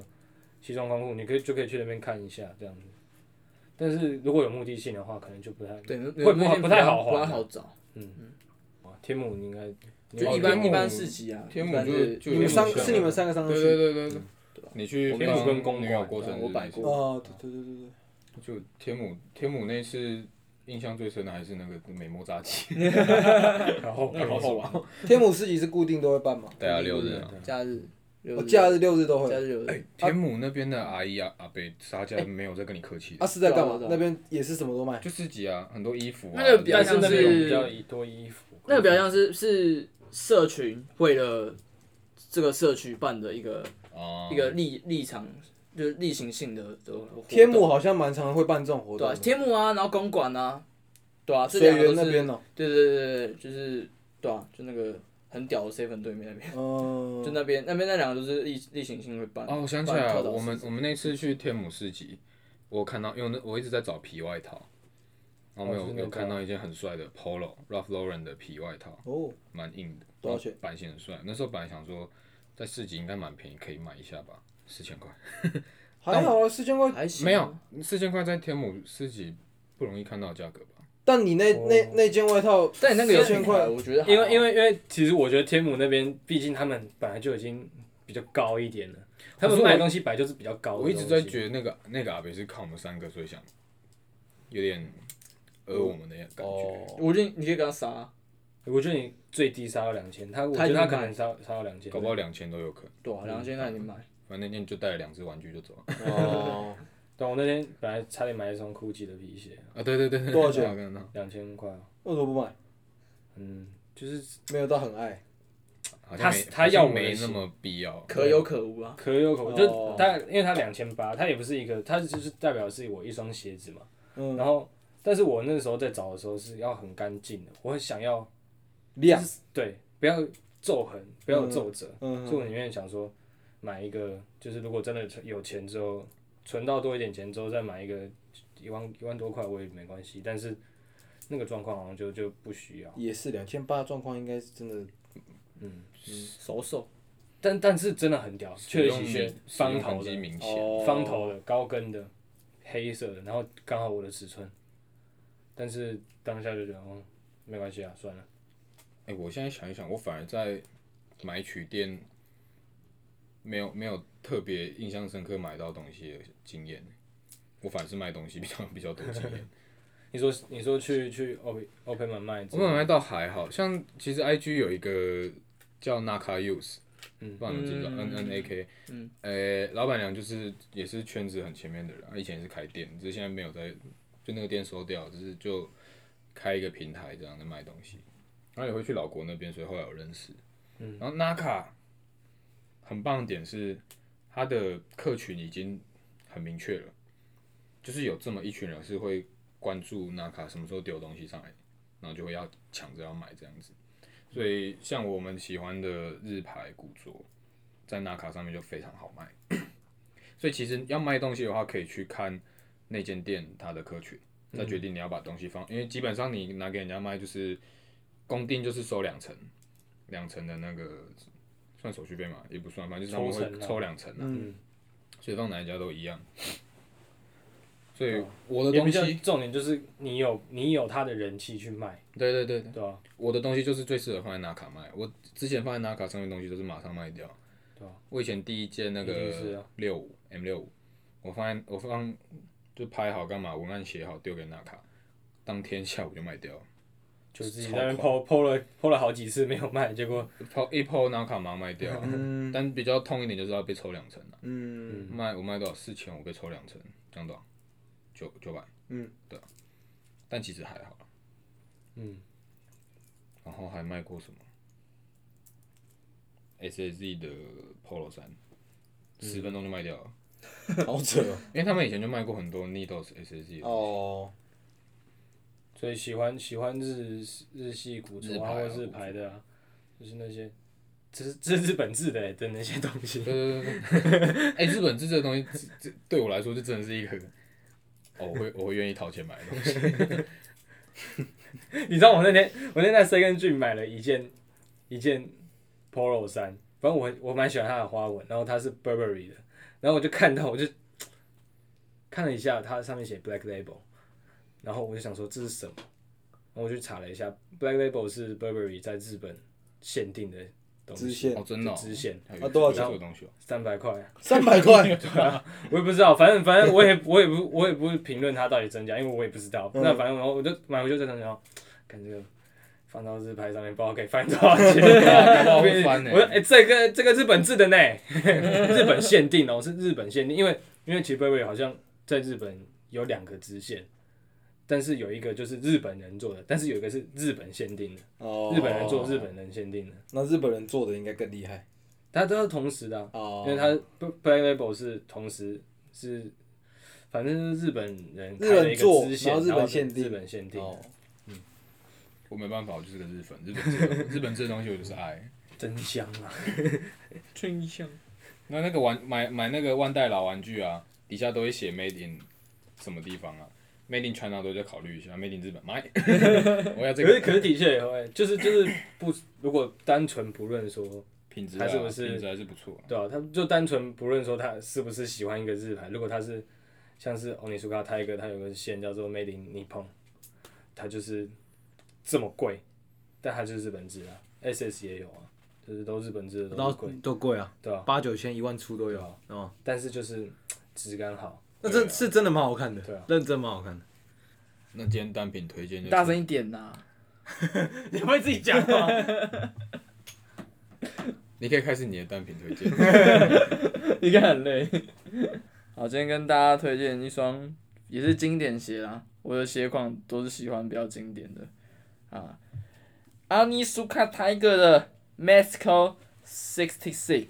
Speaker 3: 西装宽裤，你可以就可以去那边看一下这样子。但是如果有目的性的话，可能就不太。
Speaker 1: 对，
Speaker 3: 会不会不太好啊
Speaker 1: 不
Speaker 3: 划
Speaker 1: 太
Speaker 3: 的
Speaker 1: 好找，
Speaker 3: 天母你应该你
Speaker 1: 就
Speaker 2: 哦
Speaker 1: 一
Speaker 2: 天
Speaker 1: 般
Speaker 2: 母
Speaker 1: 一般市集啊，
Speaker 2: 天
Speaker 1: 一
Speaker 2: 母
Speaker 1: 般
Speaker 2: 就是就
Speaker 4: 你
Speaker 2: 有点
Speaker 4: 们三
Speaker 2: 像
Speaker 4: 是你们三个上
Speaker 2: 对
Speaker 4: 去？
Speaker 2: 对对对对，你去
Speaker 1: 我天母
Speaker 2: 帮
Speaker 3: 跟
Speaker 2: 女
Speaker 3: 公馆
Speaker 2: 友过生日，
Speaker 1: 我摆过
Speaker 4: 哦，对对对对对。
Speaker 2: 就天母天母那次印象最深的还是那个美墨炸鸡，
Speaker 3: 然后
Speaker 2: 那好好玩
Speaker 4: 天母市集是固定都会办吗？
Speaker 2: 对啊，六日啊。
Speaker 1: 假日，哦六
Speaker 4: 我哦假
Speaker 1: 日
Speaker 4: 日哎六日都会
Speaker 1: 假。日六日，
Speaker 2: 天母那边的阿姨啊阿伯，大家没有在跟你客气的，
Speaker 4: 啊是在干
Speaker 1: 对
Speaker 4: 嘛
Speaker 1: 啊对啊？
Speaker 4: 那边也是什么都卖。
Speaker 2: 就自己啊，很多衣服啊。
Speaker 1: 那个比较
Speaker 3: 但
Speaker 1: 像是
Speaker 3: 是那边有比较多衣服，
Speaker 1: 那个比较像是是社群为了这个社区办的一个
Speaker 2: 哦
Speaker 1: 一个立立场，就是例行性的的活动
Speaker 4: 天母好像蛮常会办这种活
Speaker 1: 对
Speaker 4: 动
Speaker 1: 啊，
Speaker 4: 的。
Speaker 1: 天幕啊，然后公馆啊，对啊，这
Speaker 4: 水
Speaker 1: 两个
Speaker 4: 源
Speaker 1: 都
Speaker 4: 那
Speaker 1: 是，
Speaker 4: 边哦，
Speaker 1: 对对对对，就是对啊，就那个很屌的 seven 对面那边， 就
Speaker 4: 嗯，
Speaker 1: 那边那边那两个都是例例行性会办。
Speaker 2: 哦，我想起来
Speaker 1: 办
Speaker 2: 了，
Speaker 1: 跳蚤
Speaker 2: 我们
Speaker 1: 市集
Speaker 2: 我们那次去天母市集，我看到因为那我一直在找皮外套，然后没
Speaker 3: 哦
Speaker 2: 有、
Speaker 3: 是那个
Speaker 2: 有看到一件很帅的 Polo Ralph Lauren 的皮外套，
Speaker 4: 哦，
Speaker 2: 蛮硬的，
Speaker 4: 多少钱？
Speaker 2: 版型很帅。那时候本来想说在市集应该蛮便宜，可以买一下吧，四千块。
Speaker 4: 还好啊，四千块。
Speaker 1: 还行，
Speaker 2: 没有，四千块在天母市集不容易看到的价格吧？
Speaker 4: 但你那
Speaker 3: 哦
Speaker 4: 那那件外套，
Speaker 1: 但你那个有
Speaker 4: 四千
Speaker 1: 品牌，
Speaker 4: 块，
Speaker 1: 我觉得还好
Speaker 3: 因为因为因为其实我觉得天母那边，毕竟他们本来就已经比较高一点了，他
Speaker 2: 可
Speaker 3: 们
Speaker 2: 是我
Speaker 3: 卖的东西本来就是比较高的
Speaker 2: 我一直
Speaker 3: 东
Speaker 2: 在
Speaker 3: 西
Speaker 2: 觉得那个那个阿北是看我们三个，所以想有点讹我们的感觉。
Speaker 4: 哦，
Speaker 1: 我觉得你可以给他杀啊、
Speaker 3: 我觉得你最低杀到两千，他我
Speaker 1: 他
Speaker 3: 觉
Speaker 1: 就
Speaker 3: 得他可
Speaker 1: 卖
Speaker 3: 能杀杀到两千，
Speaker 2: 搞不好两千都有可能。
Speaker 1: 对啊，两千块你买，
Speaker 2: 反正那天就带了两只玩具就走了。
Speaker 4: 哦，
Speaker 3: 但我那天本来差点买一双 GUCCI 的皮鞋，
Speaker 2: 啊，对对对，对
Speaker 4: 多少钱？
Speaker 2: 对对对
Speaker 3: 两千块哦，
Speaker 4: 为什么不买？
Speaker 3: 嗯，就是
Speaker 4: 没有到很爱，
Speaker 2: 好像
Speaker 3: 他
Speaker 2: 没
Speaker 3: 他
Speaker 2: 好像
Speaker 3: 要我
Speaker 2: 没
Speaker 3: 的
Speaker 2: 那
Speaker 3: 心
Speaker 2: 么必要。
Speaker 1: 可有可无啊。
Speaker 3: 可有可无，就
Speaker 4: 哦
Speaker 3: 他因为他两千八，他也不是一个，他就是代表是我一双鞋子嘛。
Speaker 4: 嗯，
Speaker 3: 然后，但是我那时候在找的时候是要很干净的，我很想要
Speaker 4: 亮，
Speaker 3: 对，不要皱痕，不要有皱褶，
Speaker 4: 嗯
Speaker 3: 所以我宁愿想说买一个，就是如果真的有钱之后，存到多一点钱之后再买一个一万一万多块我也没关系，但是那个状况好像就就不需要。
Speaker 4: 也是两千八状况，应该是真的
Speaker 1: 手手，
Speaker 3: 但但是真的很屌，确
Speaker 2: 使用
Speaker 3: 实靴
Speaker 2: 明使
Speaker 3: 方
Speaker 2: 用
Speaker 3: 头
Speaker 2: 痕迹
Speaker 3: 的、
Speaker 2: 明显。
Speaker 4: 哦
Speaker 3: 方头的、高跟的、黑色的，然后刚好我的尺寸，但是当下就觉得哦，没关系啊，算了。
Speaker 2: 哎、我现在想一想，我反而在买曲店没有没有特别印象深刻买到东西的经验，我反而是卖东西比较比较多经验。
Speaker 3: 你说你说去去 open open 买卖之
Speaker 2: 我
Speaker 3: 类
Speaker 2: 买
Speaker 3: 的，
Speaker 2: 卖倒还好像，其实 IG 有一个叫 Naka Use，
Speaker 3: 嗯
Speaker 2: 不知道你们知不知道
Speaker 1: 嗯
Speaker 2: N N A K，
Speaker 1: 嗯，
Speaker 2: 呃、老板娘就是也是圈子很前面的人，啊她以前也是开店，只是现在没有在，就那个店收掉，只是就开一个平台这样在卖东西，然后也会去老国那边，所以后来有认识，嗯，然后 Naka 很棒的点是，他的客群已经很明确了，就是有这么一群人是会关注 Naka 什么时候丢东西上来，然后就会要抢着要买这样子。所以像我们喜欢的日牌古着，在 Naka 上面就非常好卖。 所以其实要卖东西的话，可以去看那间店它的客群，再决定你要把东西
Speaker 3: 嗯
Speaker 2: 放，因为基本上你拿给人家卖就是公定就是收两成，两成的那个算手续费嘛，也不算，反正就是他们
Speaker 3: 抽成
Speaker 2: 会
Speaker 3: 啊
Speaker 2: 抽两成啊。
Speaker 4: 嗯
Speaker 2: 所以放哪一家都一样。所以我的
Speaker 3: 哦也
Speaker 2: 东
Speaker 3: 比较
Speaker 2: 西，
Speaker 3: 重点就是你有你有他的人气去卖，
Speaker 2: 对对对对，
Speaker 3: 对吧、
Speaker 2: 我的东西就是最适合放在 Naka 卖。我之前放在 Naka 上面的东西都是马上卖掉。
Speaker 3: 对啊
Speaker 2: 我以前第一件那
Speaker 3: 一定是
Speaker 2: 个
Speaker 3: 啊
Speaker 2: 六五 M 六五，我放在我放就拍好干嘛，文案写好丢给 Naka，当天下午就卖掉了。
Speaker 3: 就自己
Speaker 2: 超
Speaker 3: 在那边
Speaker 2: 狂
Speaker 3: PO PO 了 PO 了好几次没有卖，结果
Speaker 2: 抛一抛 Naka 马上卖掉，
Speaker 4: 嗯
Speaker 2: 但比较痛一点就是要被抽两成啊。
Speaker 4: 嗯
Speaker 2: 卖我卖多少？四千，我被抽两成，这样多少？九九百。
Speaker 4: 嗯，
Speaker 2: 对啊。但其实还好。
Speaker 3: 嗯，
Speaker 2: 然后还卖过什么？S S Z 的 Polo 衫，十分钟就卖掉了，
Speaker 4: 好扯哦
Speaker 2: 因为他们以前就卖过很多 Needles S S Z 的
Speaker 4: 哦，
Speaker 3: 所以喜欢喜欢日日系古
Speaker 2: 日
Speaker 3: 着
Speaker 2: 牌
Speaker 3: 啊
Speaker 2: 啊
Speaker 3: 或日牌的啊，就是那些这是这是日本制的欸的那些东西
Speaker 2: 对。对对对， 哎、日本制这个东西，这这对我来说就真的是一个， 哦，我会我会愿意掏钱买的东西。
Speaker 3: 你知道我那天我那天在 Second Dream 买了一件一件 Polo 衫，反正我我蛮喜欢它的花纹，然后它是 Burberry 的，然后我就看到我就看了一下，它上面写 Black Label，然后我就想说这是什么，然后我就查了一下，Black Label 是 Burberry 在日本限定的东
Speaker 4: 支
Speaker 3: 西，
Speaker 4: 线
Speaker 2: 哦，真的、哦，
Speaker 3: 支线
Speaker 2: 还
Speaker 4: 啊多少
Speaker 2: 有
Speaker 4: 钱
Speaker 2: 这个东西哦？
Speaker 3: 三百块，
Speaker 4: 三百块，
Speaker 3: 我也不知道，反正反正我也我也不我也不评论它到底真假，因为我也不知道。
Speaker 4: 嗯
Speaker 3: 那反正然后我就买回去在想，然后看这个放到日拍上面，不知道可以翻多少钱。
Speaker 2: 搞 不好会翻呢欸
Speaker 3: 我说哎、这个这个日本制的呢，日本限定哦，是日本限定，因为因为其实贝贝好像在日本有两个支线，但是有一个就是日本人做的，但是有一个是日本限定的，
Speaker 4: 哦，
Speaker 3: 日本人做日，本人限定的，
Speaker 4: 那日本人做的应该更厉害
Speaker 3: 它都是同时的啊、
Speaker 4: 哦，
Speaker 3: 因为它 Black Label 是同时是，反正是日本人
Speaker 4: 日本
Speaker 3: 开了一个
Speaker 4: 做
Speaker 3: 支线，
Speaker 4: 然后日本
Speaker 3: 然后
Speaker 4: 限定
Speaker 3: 日本限定，
Speaker 4: 哦，
Speaker 2: 我没办法，我就是个日粉，日本制的日本制的东西我就是爱。
Speaker 3: 真香啊！
Speaker 1: 真香。
Speaker 2: 那那个玩买买那个万代老玩具啊，底下都会写 Made in 什么地方啊，Made in China 都再考虑一下，Made in 日本买， 我要这
Speaker 3: 可是
Speaker 2: 个
Speaker 3: 可是的确也会，就是就是不，如果单纯不论说，
Speaker 2: 品质啊
Speaker 3: 还是不是
Speaker 2: 品质还是不错啊、
Speaker 3: 对啊，他就单纯不论说他是不是喜欢一个日牌，如果他是像是 Onitsuka Tiger，它有个线叫做 Made in Nippon，它就是这么贵，但它就是日本制啊，SS 也有啊，就是都日本制的都是贵，
Speaker 4: 都贵啊，
Speaker 3: 对啊，
Speaker 4: 八九千、一万出都
Speaker 3: 对啊。
Speaker 4: 哦。
Speaker 3: 但是就是质感好。
Speaker 4: 那
Speaker 2: 对
Speaker 4: 这
Speaker 2: 啊
Speaker 4: 是真的蛮好看的，
Speaker 3: 对啊
Speaker 4: 认真蛮好看的。
Speaker 2: 那今天单品推荐就
Speaker 1: 你
Speaker 2: 是
Speaker 1: 大声一点呐、
Speaker 3: 你会自己讲吗？
Speaker 2: 你可以开始你的单品推荐。
Speaker 1: 应该很累。 好，今天跟大家推荐一双也是经典鞋啦，我的鞋款都是喜欢比较经典的啊，阿尼苏卡 Tiger 的 Mexico Sixty Six，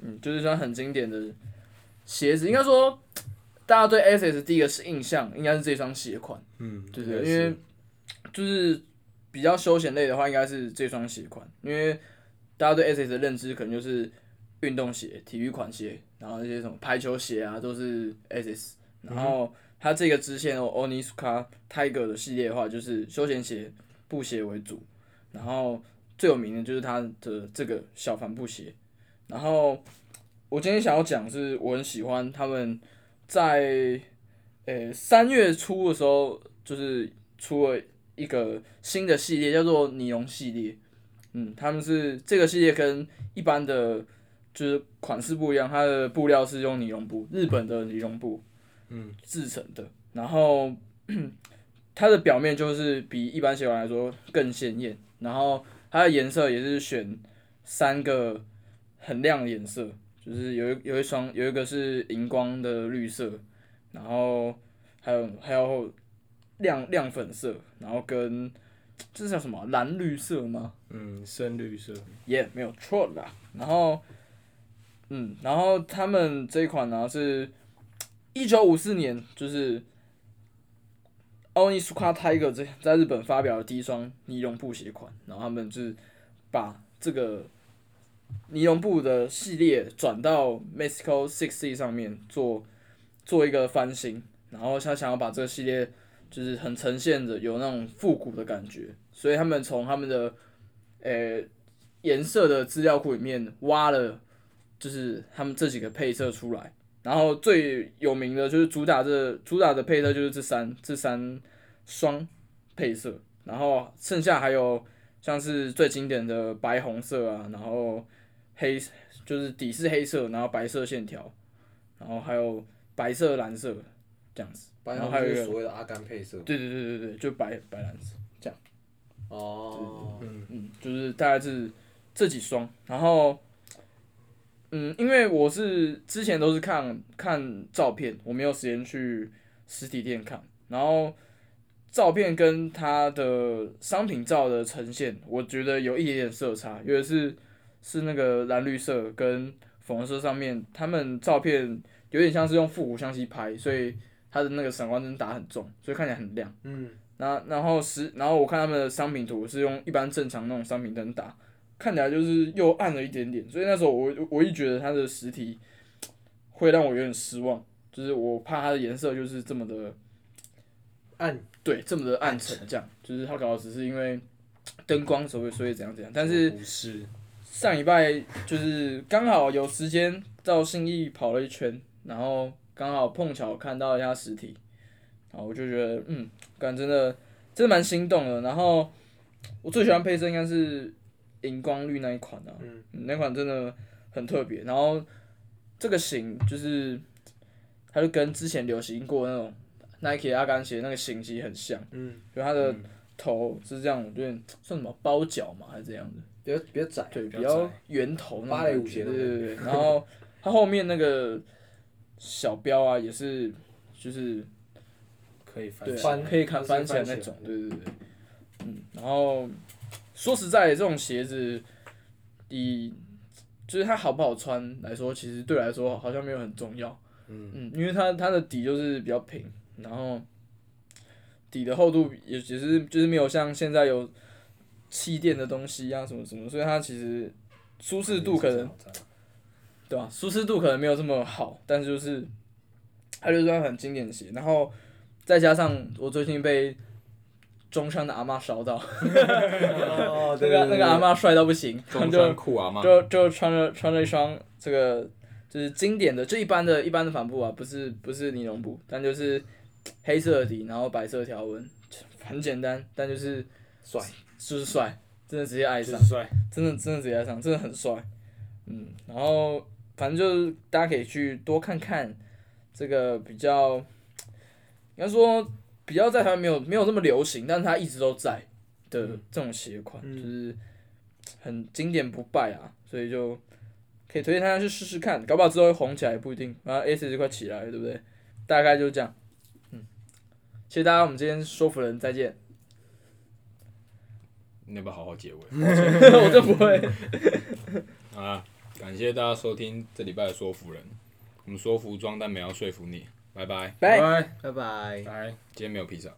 Speaker 1: 嗯，就是一双很经典的鞋子，应该说大家对 SS 第一个是印象应该是这双鞋款，
Speaker 4: 嗯，
Speaker 1: 对
Speaker 2: 应
Speaker 1: 对，
Speaker 2: 该
Speaker 1: 因
Speaker 2: 是
Speaker 1: 为就是比较休闲类的话，应该是这双鞋款，因为大家对 SS 的认知可能就是运动鞋、体育款鞋，然后那些什么排球鞋啊，都是 SS。然后它这个支线哦 Onisuka Tiger 的系列的话，就是休闲鞋、布鞋为主，然后最有名的就是它的这个小帆布鞋。然后我今天想要讲是，我很喜欢他们在呃三月初的时候，就是出了一个新的系列，叫做尼龙系列。嗯，他们是这个系列跟一般的就是款式不一样，它的布料是用尼龙布，日本的尼龙布，嗯，制成的。然后 它的表面就是比一般鞋款来说更鲜艳，然后它的颜色也是选三个很亮的颜色，就是有一有一双有一个是荧光的绿色，然后还有还有亮亮粉色，然后跟这是叫什么啊蓝绿色吗？
Speaker 3: 嗯，深绿色。
Speaker 1: 也、没有错啦。然后，嗯，然后他们这一款呢是一九五四年，就是奥尼苏卡 Tiger 在在日本发表的第一双尼龙布鞋款，然后他们就是把这个尼龙布的系列转到 Mexico Sixty 上面做做一个翻新，然后他想要把这个系列就是很呈现着有那种复古的感觉，所以他们从他们的呃颜色的资料库里面挖了，就是他们这几个配色出来，然后最有名的就是主打这主打的配色就是这三这三双配色，然后剩下还有像是最经典的白红色啊，然后黑就是底是黑色，然后白色线条，然后还有白色蓝色这样子，
Speaker 4: 白
Speaker 1: 然后
Speaker 4: 羊
Speaker 1: 还有
Speaker 4: 就
Speaker 1: 一
Speaker 4: 是
Speaker 1: 个
Speaker 4: 所谓的阿甘配色
Speaker 1: 对对对对对，就白白蓝色。
Speaker 4: 哦，
Speaker 1: 嗯，就是大概是这几双，然后，嗯，因为我是之前都是看看照片，我没有时间去实体店看，然后照片跟它的商品照的呈现，我觉得有一点点色差，尤其是是那个蓝绿色跟粉红色上面，他们照片有点像是用复古相机拍，所以它的那个闪光灯打很重，所以看起来很亮。
Speaker 4: 嗯，
Speaker 1: 那然后实，然后我看他们的商品图是用一般正常那种商品灯打，看起来就是又暗了一点点，所以那时候我我一觉得它的实体会让我有点失望，就是我怕它的颜色就是这么的
Speaker 4: 暗
Speaker 1: 对这么的暗沉，这样就是它搞到只是因为灯光所以所以怎样怎样，但是
Speaker 3: 不是，
Speaker 1: 上礼拜就是刚好有时间到信义跑了一圈，然后刚好碰巧看到一下实体，然后我就觉得嗯，感真的真的蛮心动的。然后我最喜欢配色应该是荧光绿那一款啊，
Speaker 4: 嗯
Speaker 1: 那款真的很特别。然后这个型就是它就跟之前流行过那种 Nike 阿甘鞋那个型其实很像，
Speaker 4: 嗯，
Speaker 1: 就它的头是这样，有点算什么包角嘛，还是这样的。
Speaker 4: 比较比较窄，
Speaker 1: 对，
Speaker 2: 比
Speaker 1: 比
Speaker 2: 较
Speaker 1: 较
Speaker 2: 窄
Speaker 1: 圆头那种
Speaker 4: 芭蕾
Speaker 1: 感
Speaker 4: 舞
Speaker 1: 觉
Speaker 4: 鞋那种
Speaker 1: 对对对。对然后它后面那个小标啊，也是就是
Speaker 3: 可以翻
Speaker 1: 对啊
Speaker 4: 翻
Speaker 1: 可以看翻起来那种，对对对。对嗯，然后说实在，的，这种鞋子以就是它好不好穿来说，其实对我来说好像没有很重要。嗯因为它它的底就是比较平，然后底的厚度也只是就是没有像现在有气垫的东西啊什么什么，所以它其实舒适度可能对吧、舒适度可能没有这么好，但是就是它就是双很经典的鞋，然后再加上我最近被中山的阿妈烧到，那
Speaker 4: 哦，对
Speaker 1: 个
Speaker 4: 对
Speaker 1: 那
Speaker 4: 对
Speaker 1: 个阿妈帅到不行，他
Speaker 2: 中
Speaker 1: 们
Speaker 2: 山
Speaker 1: 就
Speaker 2: 酷啊吗？
Speaker 1: 就就穿着穿着一双这个就是经典的，就一般的一般的帆布啊，不是不是尼龙布，但就是黑色的底，然后白色条纹，很简单，但就是
Speaker 4: 帅，
Speaker 1: 就是帅，真的直接爱上。
Speaker 3: 帅，
Speaker 1: 真的真的直接上，真的很帅。嗯，然后反正就是大家可以去多看看这个比较，应该说比较在台湾没有没有这么流行，但是它一直都在的这种鞋款，就是很经典不败啊，所以就可以推荐大家去试试看，搞不好之后会红起来也不一定。然后 S 就快起来了，对不对？大概就这样，嗯，谢谢大家，我们今天说服人再见，
Speaker 2: 你要不要好好结尾？
Speaker 1: 我就不会，
Speaker 2: 好啦，感谢大家收听这礼拜的说服人，我们说服装，但没有说服你，拜拜。哎
Speaker 1: 拜。
Speaker 3: 拜
Speaker 4: 拜拜。
Speaker 3: 拜。
Speaker 2: 今天没有披萨。